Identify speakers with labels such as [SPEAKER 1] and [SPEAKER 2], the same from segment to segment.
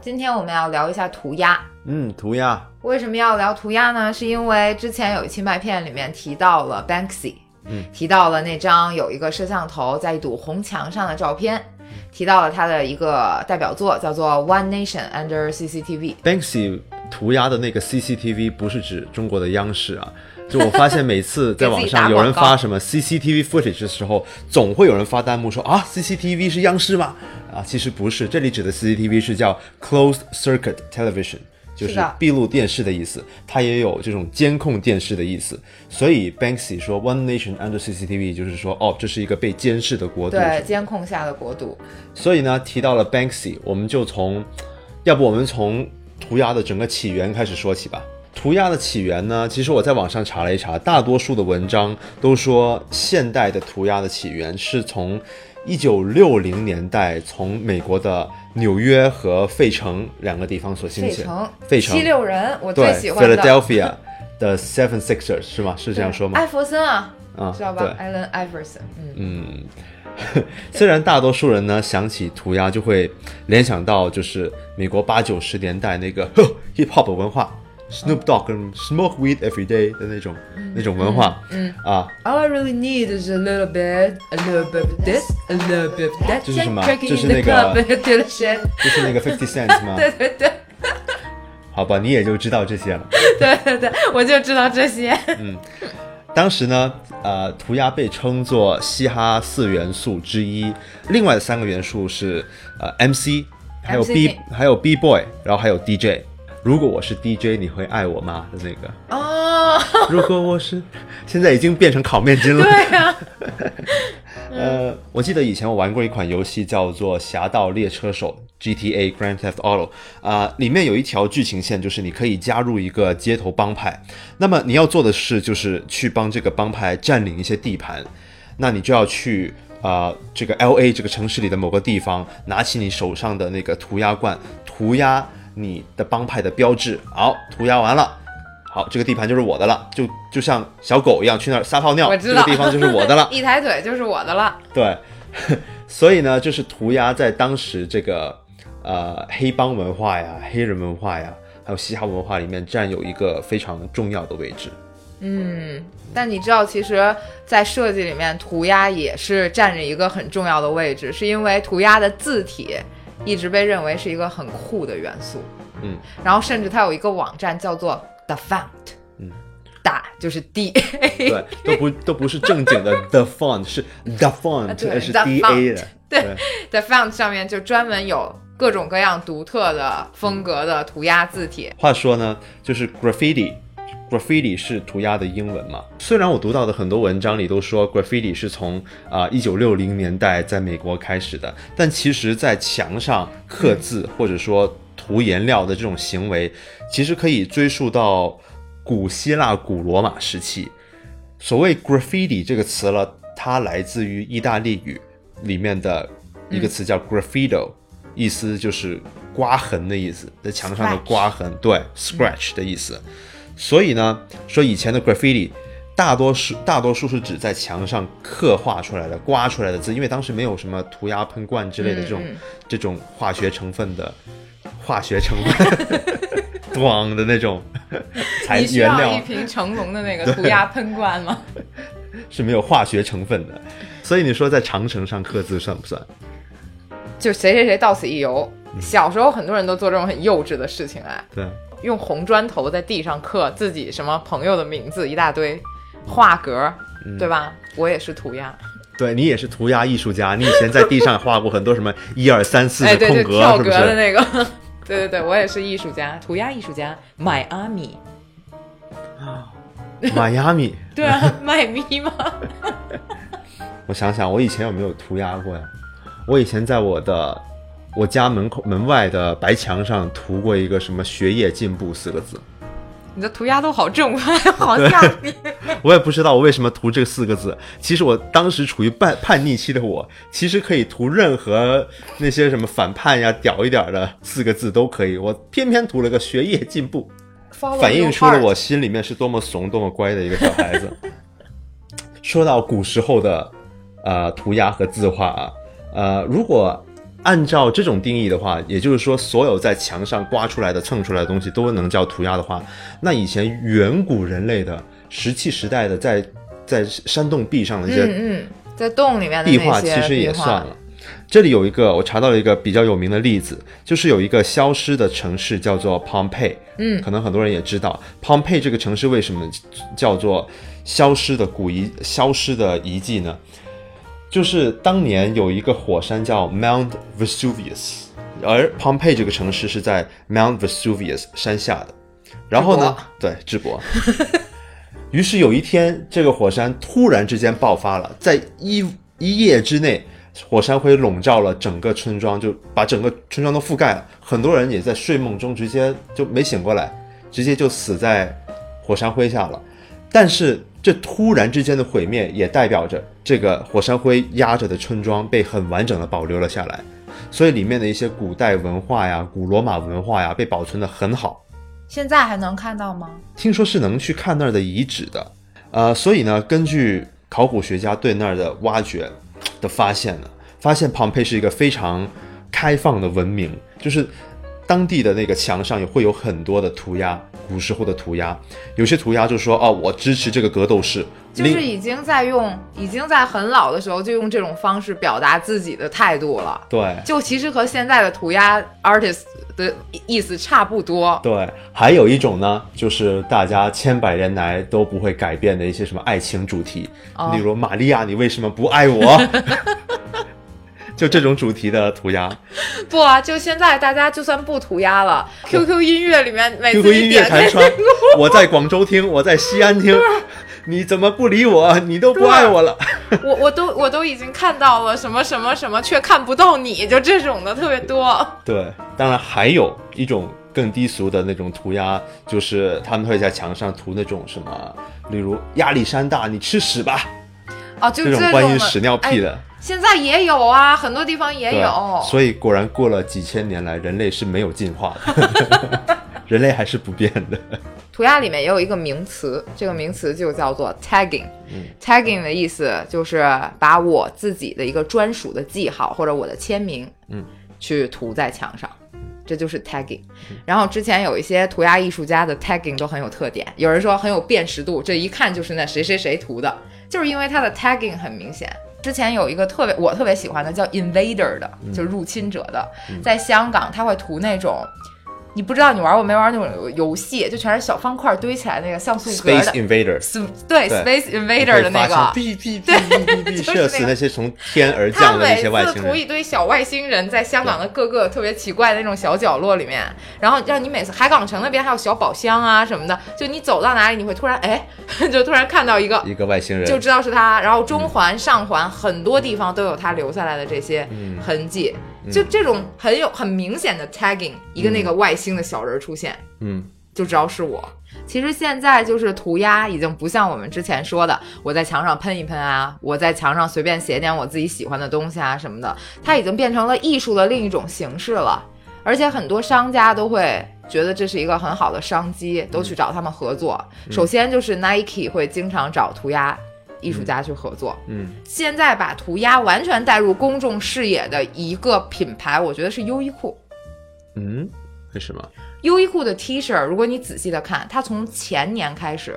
[SPEAKER 1] 今天我们要聊一下涂鸦。
[SPEAKER 2] 嗯，涂鸦，
[SPEAKER 1] 为什么要聊涂鸦呢？是因为之前有一期麦片里面提到了 Banksy，
[SPEAKER 2] 嗯，
[SPEAKER 1] 提到了那张有一个摄像头在一堵红墙上的照片，
[SPEAKER 2] 嗯
[SPEAKER 1] 提到了他的一个代表作叫做《One Nation Under CCTV》。
[SPEAKER 2] Banksy 涂鸦的那个 CCTV 不是指中国的央视啊，就我发现 每次在网上有人发什么 CCTV footage 的时候，总会有人发弹幕说啊 CCTV 是央视吗？啊，其实不是，这里指的 CCTV 是叫 closed circuit television。就是是
[SPEAKER 1] 的
[SPEAKER 2] 闭路电视的意思，它也有这种监控电视的意思。所以 Banksy 说 One Nation under CCTV，就是说哦，这是一个被监视的国度，
[SPEAKER 1] 对，监控下的国度。
[SPEAKER 2] 所以呢，提到了 Banksy，我们就从，要不我们从涂鸦的整个起源开始说起吧。涂鸦的起源呢，其实我在网上查了一查，大多数的文章都说现代的涂鸦的起源是从一九六零年代从美国的纽约和费城两个地方所兴
[SPEAKER 1] 费
[SPEAKER 2] 起。
[SPEAKER 1] 城，
[SPEAKER 2] 费城
[SPEAKER 1] 七六人，我最
[SPEAKER 2] 对
[SPEAKER 1] 喜欢的
[SPEAKER 2] ，Philadelphia 的 Seven Sixers 是吗？是这样说吗？
[SPEAKER 1] 艾弗森啊，
[SPEAKER 2] 啊，
[SPEAKER 1] 知道
[SPEAKER 2] 对
[SPEAKER 1] 吧？艾伦艾弗森，嗯，
[SPEAKER 2] 虽然大多数人呢想起涂鸦就会联想到就是美国八九十年代那个 呵 hip hop 文化，Snoop Dogg 跟 smoke weed every day 的那种那种文化，嗯啊，
[SPEAKER 1] All I really need is a little bit, a little bit of this, a little bit of that.
[SPEAKER 2] 这是什么
[SPEAKER 1] Drinking
[SPEAKER 2] 这是
[SPEAKER 1] in
[SPEAKER 2] 那个
[SPEAKER 1] the club, do the shit.
[SPEAKER 2] 就是那个 Fifty Cent 吗？
[SPEAKER 1] 对对对
[SPEAKER 2] 好吧，你也就知道这些了。
[SPEAKER 1] 对对对，我就知道这些。
[SPEAKER 2] 当时呢，呃，涂鸦被称作嘻哈四元素之一，另外的三个元素是呃 MC，还有 B，还有 B boy，然后还有 DJ。如果我是 DJ，你会爱我吗？的那个。
[SPEAKER 1] 哦，
[SPEAKER 2] 如果我是，现在已经变成烤面筋了。
[SPEAKER 1] 对 呀、
[SPEAKER 2] 呃，我记得以前我玩过一款游戏叫做《侠盗猎车手》（GTA Grand Theft Auto），啊、里面有一条剧情线，就是你可以加入一个街头帮派，那么你要做的事就是去帮这个帮派占领一些地盘，那你就要去。啊、这个 L A 这个城市里的某个地方，拿起你手上的那个涂鸦罐，涂鸦你的帮派的标志。好，涂鸦完了，好，这个地盘就是我的了，就就像小狗一样去那儿撒泡尿，
[SPEAKER 1] 我知
[SPEAKER 2] 这
[SPEAKER 1] 道
[SPEAKER 2] 个地方就是我的了。
[SPEAKER 1] 一抬腿就是我的了。
[SPEAKER 2] 对， 所以呢，就是涂鸦在当时这个呃黑帮文化呀、黑人文化呀，还有嘻哈文化里面占有一个非常重要的位置。
[SPEAKER 1] 但你知道，其实，在设计里面，涂鸦也是占着一个很重要的位置，是因为涂鸦的字体一直被认为是一个很酷的元素。
[SPEAKER 2] 嗯，
[SPEAKER 1] 然后甚至它有一个网站叫做 The Font。
[SPEAKER 2] 嗯。
[SPEAKER 1] 打就是 D，
[SPEAKER 2] 对，都不都不是正经的 the font，是 the
[SPEAKER 1] 啊对
[SPEAKER 2] font，是
[SPEAKER 1] the
[SPEAKER 2] D A 的。对，
[SPEAKER 1] 在 Font 上面就专门有各种各样独特的风格的涂鸦字体。
[SPEAKER 2] 话说呢，就是 graffiti。graffiti 是涂鸦的英文嘛？虽然我读到的很多文章里都说 graffiti 是从啊一九六零年代在美国开始的，但其实在墙上刻字或者说涂颜料的这种行为，其实可以追溯到古希腊、古罗马时期。所谓 graffiti 这个词了，它来自于意大利语里面的一个词叫 graffito，、意思就是刮痕的意思，在墙上的
[SPEAKER 1] Scratch
[SPEAKER 2] 刮痕，对，scratch 的意思。所以呢，说以前的 graffiti 大多数大多数是指在墙上刻画出来的、刮出来的字，因为当时没有什么涂鸦喷罐之类的这种、这种化学成分的化学成分， 咣的那种材
[SPEAKER 1] 你需
[SPEAKER 2] 原
[SPEAKER 1] 要
[SPEAKER 2] 料
[SPEAKER 1] 一瓶成龙的那个涂鸦喷罐吗？
[SPEAKER 2] 是没有化学成分的。所以你说在长城上刻字算不算？
[SPEAKER 1] 就谁谁谁到此一游。
[SPEAKER 2] 嗯
[SPEAKER 1] 小时候很多人都做这种很幼稚的事情哎，
[SPEAKER 2] 对，啊
[SPEAKER 1] 用红砖头在地上刻自己什么朋友的名字一大堆，画格，
[SPEAKER 2] 嗯
[SPEAKER 1] 对吧？我也是涂鸦，
[SPEAKER 2] 对你也是涂鸦艺术家，你以前在地上画过很多什么一二三四
[SPEAKER 1] 哎，
[SPEAKER 2] 的
[SPEAKER 1] 对对，
[SPEAKER 2] 空格，
[SPEAKER 1] 跳格
[SPEAKER 2] 是不
[SPEAKER 1] 的
[SPEAKER 2] 是？
[SPEAKER 1] 那个，对对对，我也是艺术家，涂鸦艺术家，迈阿密，
[SPEAKER 2] 迈阿密，
[SPEAKER 1] 对啊，
[SPEAKER 2] 嗯
[SPEAKER 1] 迈咪吗？
[SPEAKER 2] 我想想，我以前有没有涂鸦过呀？我以前在我的我家门口门外的白墙上涂过一个什么“学业进步”四个字，
[SPEAKER 1] 你的涂鸦都好正派，好吓 人。
[SPEAKER 2] 我也不知道我为什么涂这四个字。其实我当时处于叛叛逆期的我，其实可以涂任何那些什么反叛呀、屌一点儿的四个字都可以，我偏偏涂了个学业进步，反映出
[SPEAKER 1] 嗯
[SPEAKER 2] 了我心里面是多么怂、多么乖的一个小孩子。 说到古时候的呃涂鸦和字画啊，呃，如果按照这种定义的话，也就是说，所有在墙上刮出来的、蹭出来的东西都能叫涂鸦的话，那以前远古人类的石器时代的在在山洞壁上的这些
[SPEAKER 1] 嗯嗯，在洞里面的
[SPEAKER 2] 壁
[SPEAKER 1] 那
[SPEAKER 2] 画
[SPEAKER 1] 些
[SPEAKER 2] 其实也
[SPEAKER 1] 壁画
[SPEAKER 2] 算了。这里有一个，我查到了一个比较有名的例子，就是有一个消失的城市叫做庞贝，
[SPEAKER 1] 嗯
[SPEAKER 2] 可能很多人也知道，庞贝这个城市为什么叫做消失的古遗、消失的遗迹呢？就是当年有一个火山叫 Mount Vesuvius，而庞贝这个城市是在 Mount Vesuvius 山下的，然后呢，对，智博。 于是有一天，这个火山突然之间爆发了，在一一夜之内，火山灰笼罩了整个村庄，就把整个村庄都覆盖了。很多人也在睡梦中直接就没醒过来，直接就死在火山灰下了。但是这突然之间的毁灭，也代表着这个火山灰压着的村庄被很完整的保留了下来，所以里面的一些古代文化呀、古罗马文化呀，被保存的很好。
[SPEAKER 1] 现在还能看到吗？
[SPEAKER 2] 听说是能去看那儿的遗址的。呃，所以呢，根据考古学家对那儿的挖掘的发现呢，发现庞培是一个非常开放的文明，就是当地的那个墙上也会有很多的涂鸦，古时候的涂鸦，有些涂鸦就说哦，我支持这个格斗士，
[SPEAKER 1] 就是
[SPEAKER 2] 另
[SPEAKER 1] 已经在用，已经在很老的时候就用这种方式表达自己的态度了。
[SPEAKER 2] 对。
[SPEAKER 1] 就其实和现在的涂鸦 artist 的意思差不多。
[SPEAKER 2] 对，还有一种呢，就是大家千百年来都不会改变的一些什么爱情主题，
[SPEAKER 1] 哦
[SPEAKER 2] 例如玛利亚，你为什么不爱我？ 就这种主题的涂鸦，
[SPEAKER 1] 不啊，就现在大家就算不涂鸦了，QQ 音乐里面每
[SPEAKER 2] QQ
[SPEAKER 1] 次
[SPEAKER 2] 音
[SPEAKER 1] 一
[SPEAKER 2] 乐
[SPEAKER 1] 点
[SPEAKER 2] 弹
[SPEAKER 1] 开，
[SPEAKER 2] 窗，我在广州听，我在西安听，你怎么不理我？你都不爱我了。
[SPEAKER 1] 我我都我都已经看到了什么什么什么，却看不到你，就这种的特别 多。
[SPEAKER 2] 对，当然还有一种更低俗的那种涂鸦，就是他们会在墙上涂那种什么，例如亚历山大，你吃屎吧，
[SPEAKER 1] 哦，就
[SPEAKER 2] 这种
[SPEAKER 1] 种
[SPEAKER 2] 关
[SPEAKER 1] 的
[SPEAKER 2] 于屎尿屁的。
[SPEAKER 1] 哎现在也有啊，很多地方也
[SPEAKER 2] 对，啊
[SPEAKER 1] 有。
[SPEAKER 2] 所以果然过了几千年来，人类是没有进化的， 人类还是不变的。
[SPEAKER 1] 涂鸦里面也有一个名词，这个名词就叫做 tagging。tagging 的意思就是把我自己的一个专属的记号或者我的签名，
[SPEAKER 2] 嗯，
[SPEAKER 1] 去涂在墙上。这就是 tagging，然后
[SPEAKER 2] 嗯
[SPEAKER 1] 之前有一些涂鸦艺术家的 tagging 都很有特点，有人说很有辨识度，这一看就是那谁谁谁涂的，就是因为它的 tagging 很明显。之前有一个特别我特别喜欢的叫 invader 的，
[SPEAKER 2] 嗯
[SPEAKER 1] 就入侵者的，在香港他会涂那种你不知道你玩过没玩那种游戏，就全是小方块堆起来那个像素格
[SPEAKER 2] Space
[SPEAKER 1] 的
[SPEAKER 2] Invaders。
[SPEAKER 1] Sp- 对
[SPEAKER 2] 对
[SPEAKER 1] Space Invader 的那个。
[SPEAKER 2] 哔哔哔哔哔，
[SPEAKER 1] 就是
[SPEAKER 2] 射死
[SPEAKER 1] 那个
[SPEAKER 2] 那些从天而
[SPEAKER 1] 他
[SPEAKER 2] 降的那
[SPEAKER 1] 每
[SPEAKER 2] 些外
[SPEAKER 1] 次
[SPEAKER 2] 星
[SPEAKER 1] 涂
[SPEAKER 2] 人。
[SPEAKER 1] 一堆小外星人在香港的各个特别奇怪的那种小角落里面，然后让你每次海港城那边还有小宝箱啊什么的，就你走到哪里你会突然哎， 就突然看到一个，
[SPEAKER 2] 一个外星人，
[SPEAKER 1] 就知道是他。然后中环、上环很多地方都有他留下来的这些
[SPEAKER 2] 嗯
[SPEAKER 1] 痕迹，就这种很有很明显的 tagging，一个那个外星的小人儿出现，
[SPEAKER 2] 嗯，
[SPEAKER 1] 就知道是我。其实现在就是涂鸦已经不像我们之前说的，我在墙上喷一喷啊，我在墙上随便写点我自己喜欢的东西啊什么的，它已经变成了艺术的另一种形式了。而且很多商家都会觉得这是一个很好的商机，都去找他们合作。
[SPEAKER 2] 嗯
[SPEAKER 1] 首先就是 Nike 会经常找涂鸦艺术家去合作。
[SPEAKER 2] 嗯，
[SPEAKER 1] 现在把涂鸦完全带入公众视野的一个品牌，我觉得是优衣库。
[SPEAKER 2] 嗯，为什么？
[SPEAKER 1] 优衣库的 T 恤，如果你仔细的看，它从前年开始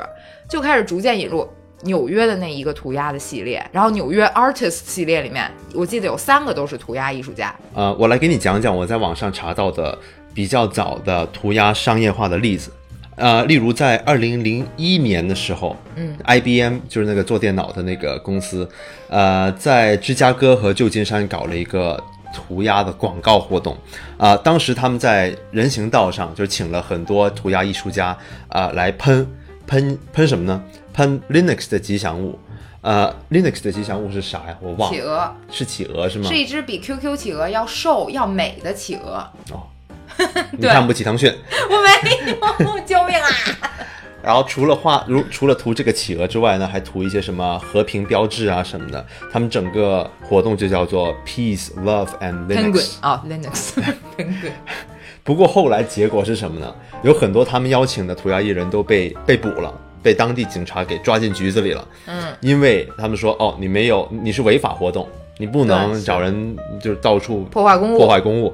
[SPEAKER 1] 就开始逐渐引入纽约的那一个涂鸦的系列，然后纽约 Artist 系列里面，我记得有三个都是涂鸦艺术家。
[SPEAKER 2] 呃，我来给你讲讲我在网上查到的比较早的涂鸦商业化的例子。呃，例如在二零零一年的时候，
[SPEAKER 1] 嗯
[SPEAKER 2] ，IBM 就是那个做电脑的那个公司，呃，在芝加哥和旧金山搞了一个涂鸦的广告活动。啊、当时他们在人行道上就请了很多涂鸦艺术家啊、来喷喷喷什么呢？喷 Linux 的吉祥物。呃，Linux 的吉祥物是啥呀？我忘
[SPEAKER 1] 企
[SPEAKER 2] 了，
[SPEAKER 1] 鹅
[SPEAKER 2] 是企鹅是吗？
[SPEAKER 1] 是一只比 QQ 企鹅要瘦要美的企鹅，
[SPEAKER 2] 哦，你看不起腾讯。
[SPEAKER 1] 我没有，救命啊！
[SPEAKER 2] 然后除了画，如除了涂这个企鹅之外呢，还涂一些什么和平标志啊什么的。他们整个活动就叫做 Peace, Love and Linux
[SPEAKER 1] Penguin。啊、l i n u x Penguin
[SPEAKER 2] 不过后来结果是什么呢？有很多他们邀请的涂鸦艺人都被被捕了，被当地警察给抓进局子里了。
[SPEAKER 1] 嗯，
[SPEAKER 2] 因为他们说哦，你没有，你是违法活动，你不
[SPEAKER 1] 对
[SPEAKER 2] 能
[SPEAKER 1] 是
[SPEAKER 2] 找人就是到处
[SPEAKER 1] 破坏公物
[SPEAKER 2] 破坏公物，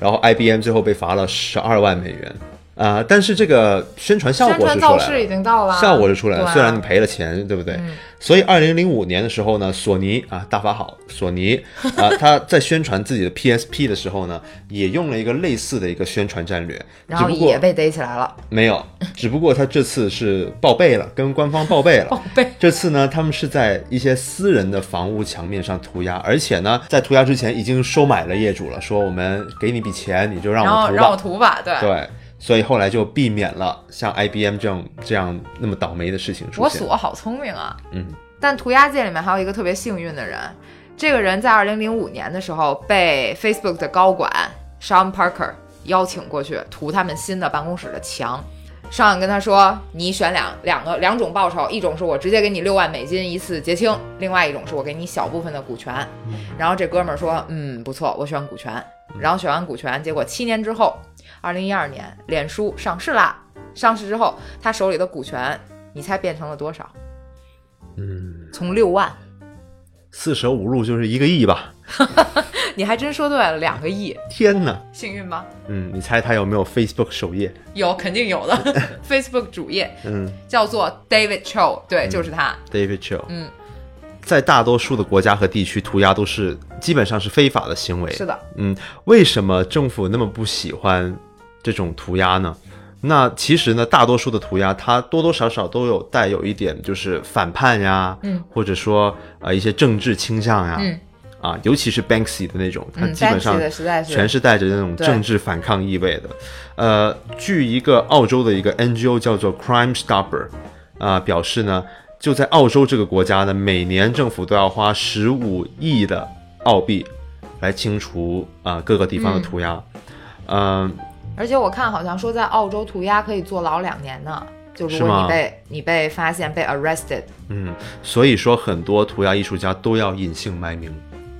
[SPEAKER 2] 然后 IBM 最后被罚了十二万美元啊、但是这个宣传效
[SPEAKER 1] 宣
[SPEAKER 2] 果
[SPEAKER 1] 传
[SPEAKER 2] 是出
[SPEAKER 1] 造
[SPEAKER 2] 来
[SPEAKER 1] 势已
[SPEAKER 2] 了。
[SPEAKER 1] 经到了，
[SPEAKER 2] 效果是出来了，
[SPEAKER 1] 对啊嗯
[SPEAKER 2] 虽然你赔了钱，对不对？所以二零零五年的时候呢，索尼啊，大法好，索尼 啊，他在宣传自己的 PSP 的时候呢，也用了一个类似的一个宣传战略，
[SPEAKER 1] 然后
[SPEAKER 2] 只不过
[SPEAKER 1] 也被逮起来了，
[SPEAKER 2] 没有，只不过他这次是报备了，跟官方报备了。
[SPEAKER 1] 报备
[SPEAKER 2] 这次呢，他们是在一些私人的房屋墙面上涂鸦，而且呢，在涂鸦之前已经收买了业主了，说我们给你笔钱，你就让
[SPEAKER 1] 然
[SPEAKER 2] 我
[SPEAKER 1] 后
[SPEAKER 2] 涂
[SPEAKER 1] 让我
[SPEAKER 2] 吧。
[SPEAKER 1] 涂吧，对。
[SPEAKER 2] 对，所以后来就避免了像 IBM 这样这样那么倒霉的事情出
[SPEAKER 1] 我
[SPEAKER 2] 现。
[SPEAKER 1] 所好聪明啊！
[SPEAKER 2] 嗯，
[SPEAKER 1] 但涂鸦界里面还有一个特别幸运的人，这个人在二零零五年的时候被 Facebook 的高管 Sean Parker 邀请过去涂他们新的办公室的墙。上跟他说：“你选两两个两种报酬，一种是我直接给你六万美金一次结清，另外一种是我给你小部分的股权。”
[SPEAKER 2] 嗯
[SPEAKER 1] 然后这哥们儿说：“嗯，不错，我选股权。”然后选完股权，结果七年之后，二零一二年脸书上市啦。上市之后，他手里的股权，你猜变成了多少？
[SPEAKER 2] 嗯，
[SPEAKER 1] 从六万，
[SPEAKER 2] 四舍五入就是一个亿吧？
[SPEAKER 1] 你还真说对了，两个亿，
[SPEAKER 2] 天哪！
[SPEAKER 1] 幸运吗？
[SPEAKER 2] 嗯，你猜他有没有 Facebook 首页？
[SPEAKER 1] 有，肯定有的。Facebook 主页
[SPEAKER 2] 嗯
[SPEAKER 1] 叫做 David Cho，对，就是他。
[SPEAKER 2] ，David Cho。
[SPEAKER 1] 嗯，
[SPEAKER 2] 在大多数的国家和地区，涂鸦都是基本上是非法的行为。
[SPEAKER 1] 是的，
[SPEAKER 2] 嗯，为什么政府那么不喜欢这种涂鸦呢？那其实呢，大多数的涂鸦它多多少少都有带有一点就是反叛呀，
[SPEAKER 1] 嗯，
[SPEAKER 2] 或者说呃一些政治倾向呀，
[SPEAKER 1] 嗯，
[SPEAKER 2] 啊，尤其是 Banksy 的那种，它
[SPEAKER 1] 嗯
[SPEAKER 2] 基本上
[SPEAKER 1] ，Banksy 的实在是
[SPEAKER 2] 全是带着那种
[SPEAKER 1] 对
[SPEAKER 2] 政治反抗意味的。呃，据一个澳洲的一个 NGO 叫做 Crime Stopper 啊、表示呢，就在澳洲这个国家呢，每年政府都要花十五亿的澳币来清除啊、各个地方的涂鸦。嗯、
[SPEAKER 1] 而且我看好像说在澳洲涂鸦可以坐牢两年呢，就如
[SPEAKER 2] 是
[SPEAKER 1] 果
[SPEAKER 2] 吗
[SPEAKER 1] 你被你被发现被 arrested。
[SPEAKER 2] 嗯，所以说很多涂鸦艺术家都要隐姓埋名。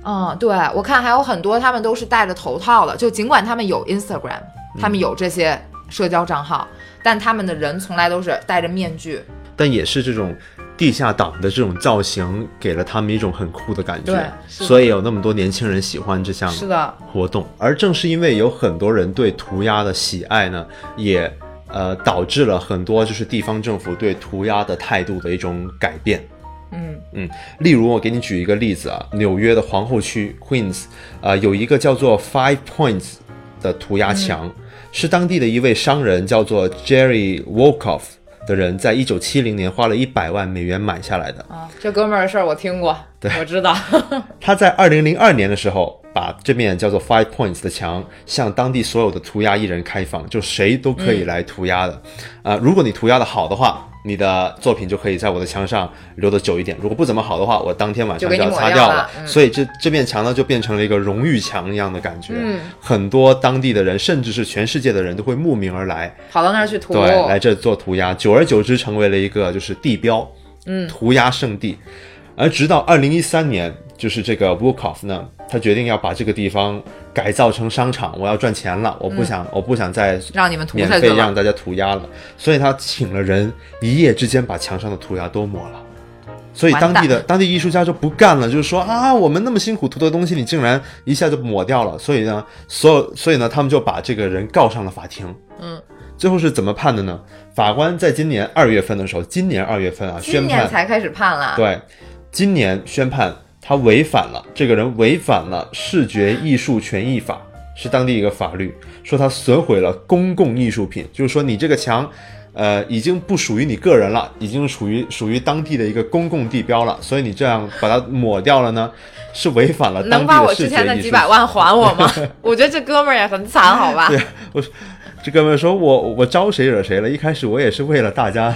[SPEAKER 1] 嗯，对，我看还有很多他们都是戴着头套的，就尽管他们有 Instagram，他
[SPEAKER 2] 嗯
[SPEAKER 1] 们有这些社交账号，但他们的人从来都是戴着面具。
[SPEAKER 2] 但也是这种地下党的这种造型，给了他们一种很酷的感
[SPEAKER 1] 对
[SPEAKER 2] 觉，
[SPEAKER 1] 是的
[SPEAKER 2] 所以有那么多年轻人喜欢这项
[SPEAKER 1] 是的，
[SPEAKER 2] 活动。而正是因为有很多人对涂鸦的喜爱呢，也呃导致了很多就是地方政府对涂鸦的态度的一种改变。
[SPEAKER 1] 嗯
[SPEAKER 2] 嗯，例如我给你举一个例子啊，纽约的皇后区 Queens，呃，有一个叫做 Five Points 的涂鸦墙，是当地的一位商人叫做 Jerry Wolkoff 的人，在一九七零年花了一百万美元买下来的。
[SPEAKER 1] 啊，这哥们儿的事儿我听过，我知 道。
[SPEAKER 2] 他在二零零二年的时候，把这面叫做 Five Points 的墙向当地所有的涂鸦艺人开放，就谁都可以
[SPEAKER 1] 嗯
[SPEAKER 2] 来涂鸦的。啊、如果你涂鸦的好的话，你的作品就可以在我的墙上留得久一点；如果不怎么好的话，我当天晚
[SPEAKER 1] 就
[SPEAKER 2] 上
[SPEAKER 1] 给
[SPEAKER 2] 要
[SPEAKER 1] 你抹
[SPEAKER 2] 擦
[SPEAKER 1] 掉
[SPEAKER 2] 掉
[SPEAKER 1] 了嗯
[SPEAKER 2] 所以这这面墙呢，就变成了一个荣誉墙一样的感觉。
[SPEAKER 1] 嗯
[SPEAKER 2] 很多当地的人，甚至是全世界的人都会慕名而来，
[SPEAKER 1] 跑到那儿去涂，
[SPEAKER 2] 对，来这做涂鸦，久而久之成为了一个就是地标，
[SPEAKER 1] 嗯
[SPEAKER 2] 涂鸦圣地。而直到二零一三年，就是这个 Wolkoff 呢，他决定要把这个地方改造成商场，我要赚钱了，我不想，我不想再
[SPEAKER 1] 让你们涂
[SPEAKER 2] 免
[SPEAKER 1] 下去
[SPEAKER 2] 费
[SPEAKER 1] 了
[SPEAKER 2] 让。大家涂鸦了，所以他请了人，一夜之间把墙上的涂鸦都抹了。所以
[SPEAKER 1] 完
[SPEAKER 2] 当地
[SPEAKER 1] 蛋
[SPEAKER 2] 的当地艺术家就不干了，就是说啊，我们那么辛苦涂的东西，你竟然一下就抹掉了。所以呢，所有所以呢，他们就把这个人告上了法庭。
[SPEAKER 1] 嗯，
[SPEAKER 2] 最后是怎么判的呢？法官在今年二月份的时候，今年二月份啊，
[SPEAKER 1] 今
[SPEAKER 2] 宣
[SPEAKER 1] 年
[SPEAKER 2] 判
[SPEAKER 1] 才开始判啦。
[SPEAKER 2] 对，今年宣判他违反了，这个人违反了视觉艺术权益法，是当地一个法律，说他损毁了公共艺术品，就是说你这个墙。呃，已经不属于你个人了，已经属于属于当地的一个公共地标了，所以你这样把它抹掉了呢，是违反了当
[SPEAKER 1] 能
[SPEAKER 2] 地
[SPEAKER 1] 把我
[SPEAKER 2] 的视
[SPEAKER 1] 之
[SPEAKER 2] 觉
[SPEAKER 1] 前的
[SPEAKER 2] 艺
[SPEAKER 1] 几
[SPEAKER 2] 术
[SPEAKER 1] 百万还我 吗？我觉得这哥们儿也很惨，好吧？
[SPEAKER 2] 这哥们说我我招谁惹谁了？呃一开始我也是为了大家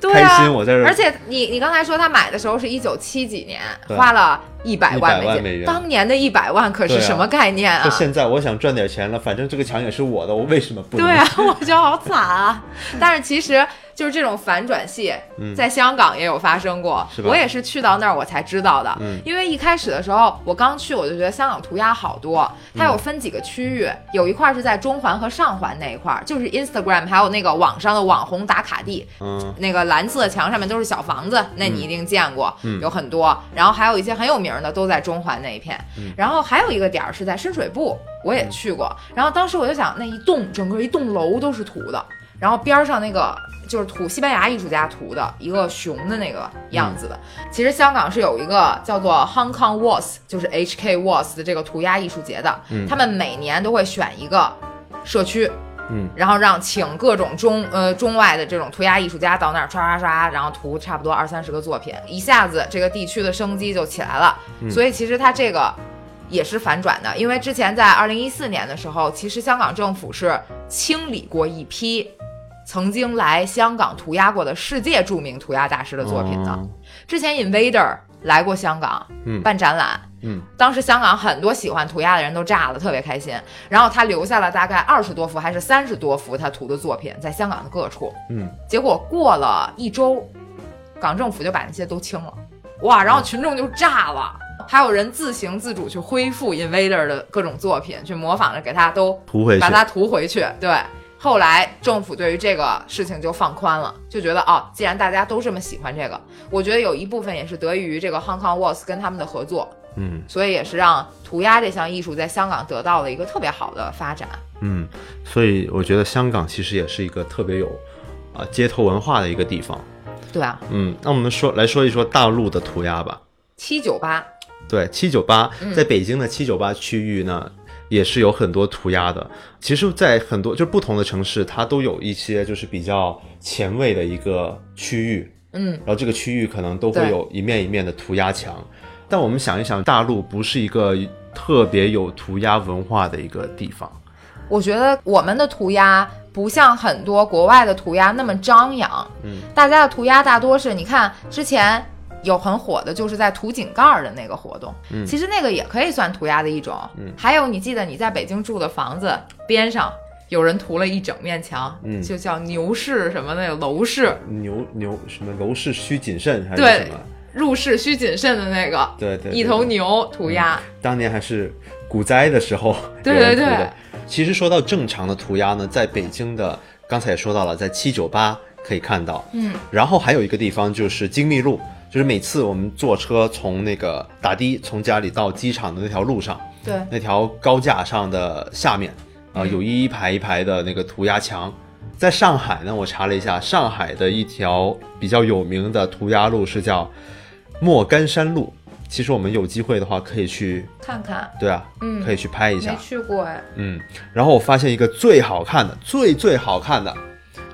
[SPEAKER 1] 对
[SPEAKER 2] 开
[SPEAKER 1] 啊，
[SPEAKER 2] 心，我在这儿
[SPEAKER 1] 而且你你刚才说他买的时候是一九七几年，
[SPEAKER 2] 对
[SPEAKER 1] 花了一百万
[SPEAKER 2] 100万美
[SPEAKER 1] 美
[SPEAKER 2] 元
[SPEAKER 1] 当年的一百万可是
[SPEAKER 2] 对啊
[SPEAKER 1] 什么概念啊
[SPEAKER 2] 就？现在我想赚点钱了，反正这个墙也是我的，我为什么不能？
[SPEAKER 1] 对啊， 我觉得好惨啊！但是其实就是这种反转戏，在香港也有发生过。
[SPEAKER 2] 嗯是吧
[SPEAKER 1] 我也是去到那儿我才知道的，
[SPEAKER 2] 嗯
[SPEAKER 1] 因为一开始的时候我刚去，我就觉得香港涂鸦好多，
[SPEAKER 2] 嗯
[SPEAKER 1] 它有分几个区域，有一块是在中环和上环那一块儿，就是 Instagram 还有那个网上的网红打卡地，
[SPEAKER 2] 嗯
[SPEAKER 1] 那个蓝色墙上面都是小房子，那你一定见过，有很多。然后还有一些很有名名的都在中环那一片，然后还有一个点儿是在深水埗，我也去过。然后当时我就想，那一栋整个一栋楼都是涂的，然后边儿上那个就是涂西班牙艺术家涂的一个熊的那个样子的。其实香港是有一个叫做 Hong Kong Was，就是 HK Was 的这个涂鸦艺术节的，他们每年都会选一个社区，
[SPEAKER 2] 嗯，
[SPEAKER 1] 然后让请各种中呃中外的这种涂鸦艺术家到那儿刷刷刷，然后涂差不多二三十个作品，一下子这个地区的生机就起来了。
[SPEAKER 2] 嗯
[SPEAKER 1] 所以其实它这个也是反转的，因为之前在二零一四年的时候，其实香港政府是清理过一批曾经来香港涂鸦过的世界著名涂鸦大师的作品的。
[SPEAKER 2] 哦
[SPEAKER 1] 之前 Invader 来过香港，
[SPEAKER 2] 嗯
[SPEAKER 1] 办展览，
[SPEAKER 2] 嗯，
[SPEAKER 1] 当时香港很多喜欢涂鸦的人都炸了，特别开心。然后他留下了大概二十多幅还是三十多幅他涂的作品，在香港的各处。
[SPEAKER 2] 嗯，
[SPEAKER 1] 结果过了一周，港政府就把那些都清了，哇，然后群众就炸了。还有人自行自主去恢复 Invader 的各种作品，去模仿着给他都
[SPEAKER 2] 涂回去
[SPEAKER 1] 把，它涂回去。对，后来政府对于这个事情就放宽了，就觉得哦，既然大家都这么喜欢这个，我觉得有一部分也是得益于这个 Hong Kong Was 跟他们的合作，
[SPEAKER 2] 嗯。
[SPEAKER 1] 所以也是让涂鸦这项艺术在香港得到了一个特别好的发展。
[SPEAKER 2] 嗯，所以我觉得香港其实也是一个特别有啊、呃街头文化的一个地方。
[SPEAKER 1] 对啊，
[SPEAKER 2] 嗯，那我们说来说一说大陆的涂鸦吧。
[SPEAKER 1] 七九八，
[SPEAKER 2] 对，七九八
[SPEAKER 1] 嗯
[SPEAKER 2] 在北京的七九八区域呢，也是有很多涂鸦的。其实，在很多就不同的城市，它都有一些就是比较前卫的一个区域，
[SPEAKER 1] 嗯，
[SPEAKER 2] 然后这个区域可能都会
[SPEAKER 1] 对
[SPEAKER 2] 有一面一面的涂鸦墙。但我们想一想，大陆不是一个特别有涂鸦文化的一个地方。
[SPEAKER 1] 我觉得我们的涂鸦不像很多国外的涂鸦那么张扬，
[SPEAKER 2] 嗯，
[SPEAKER 1] 大家的涂鸦大多是你看之前。有很火的，就是在涂井盖儿的那个活动，嗯、其实那个也可以算涂鸦的一种。嗯、还有，你记得你在北京住的房子边上有人涂了一整面墙，
[SPEAKER 2] 嗯
[SPEAKER 1] 就叫牛市什么那个楼市，
[SPEAKER 2] 牛牛什么楼市需谨慎还是
[SPEAKER 1] 对
[SPEAKER 2] 什么？
[SPEAKER 1] 入市需谨慎的那个，
[SPEAKER 2] 对对对嗯
[SPEAKER 1] 一头牛涂鸦，
[SPEAKER 2] 当年还是股灾的时候，
[SPEAKER 1] 对
[SPEAKER 2] 有人
[SPEAKER 1] 对
[SPEAKER 2] 涂
[SPEAKER 1] 对
[SPEAKER 2] 的。其实说到正常的涂鸦呢，在北京的刚才也说到了，在七九八可以看到，
[SPEAKER 1] 嗯，
[SPEAKER 2] 然后还有一个地方就是金密路，就是每次我们坐车从那个打的从家里到机场的那条路上，
[SPEAKER 1] 对，
[SPEAKER 2] 那条高架上的下面，啊、有一排一排的那个涂鸦墙。在上海呢，我查了一下，上海的一条比较有名的涂鸦路是叫莫干山路。其实我们有机会的话，可以去，
[SPEAKER 1] 看看
[SPEAKER 2] 对啊，
[SPEAKER 1] 嗯
[SPEAKER 2] 可以去拍一
[SPEAKER 1] 没
[SPEAKER 2] 下，
[SPEAKER 1] 去过哎，
[SPEAKER 2] 嗯。然后我发现一个最好看的，最最好看的，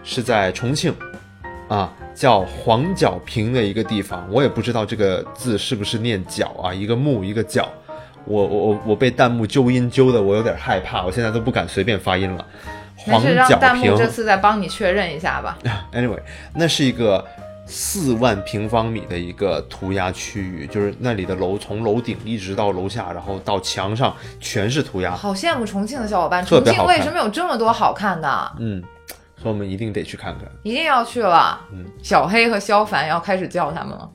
[SPEAKER 2] 是在重庆，啊，叫黄角坪的一个地方，我也不知道这个字是不是念角啊，一个木一个角。我我我我被弹幕纠音纠的，我有点害怕，我现在都不敢随便发音了。
[SPEAKER 1] 没
[SPEAKER 2] 黄
[SPEAKER 1] 事，让
[SPEAKER 2] 角哎
[SPEAKER 1] 弹幕
[SPEAKER 2] 坪
[SPEAKER 1] 这次再帮你确认一下吧。
[SPEAKER 2] ，anyway，那是一个四万平方米的一个涂鸦区域，就是那里的楼从楼顶一直到楼下，然后到墙上全是涂鸦。
[SPEAKER 1] 好羡慕重庆的小伙伴，
[SPEAKER 2] 特
[SPEAKER 1] 重
[SPEAKER 2] 别
[SPEAKER 1] 庆
[SPEAKER 2] 好看
[SPEAKER 1] 为什么有这么多好看的？
[SPEAKER 2] 嗯，所以我们一定得去看看。嗯
[SPEAKER 1] 一定要去了。小黑和肖凡要开始叫他们了。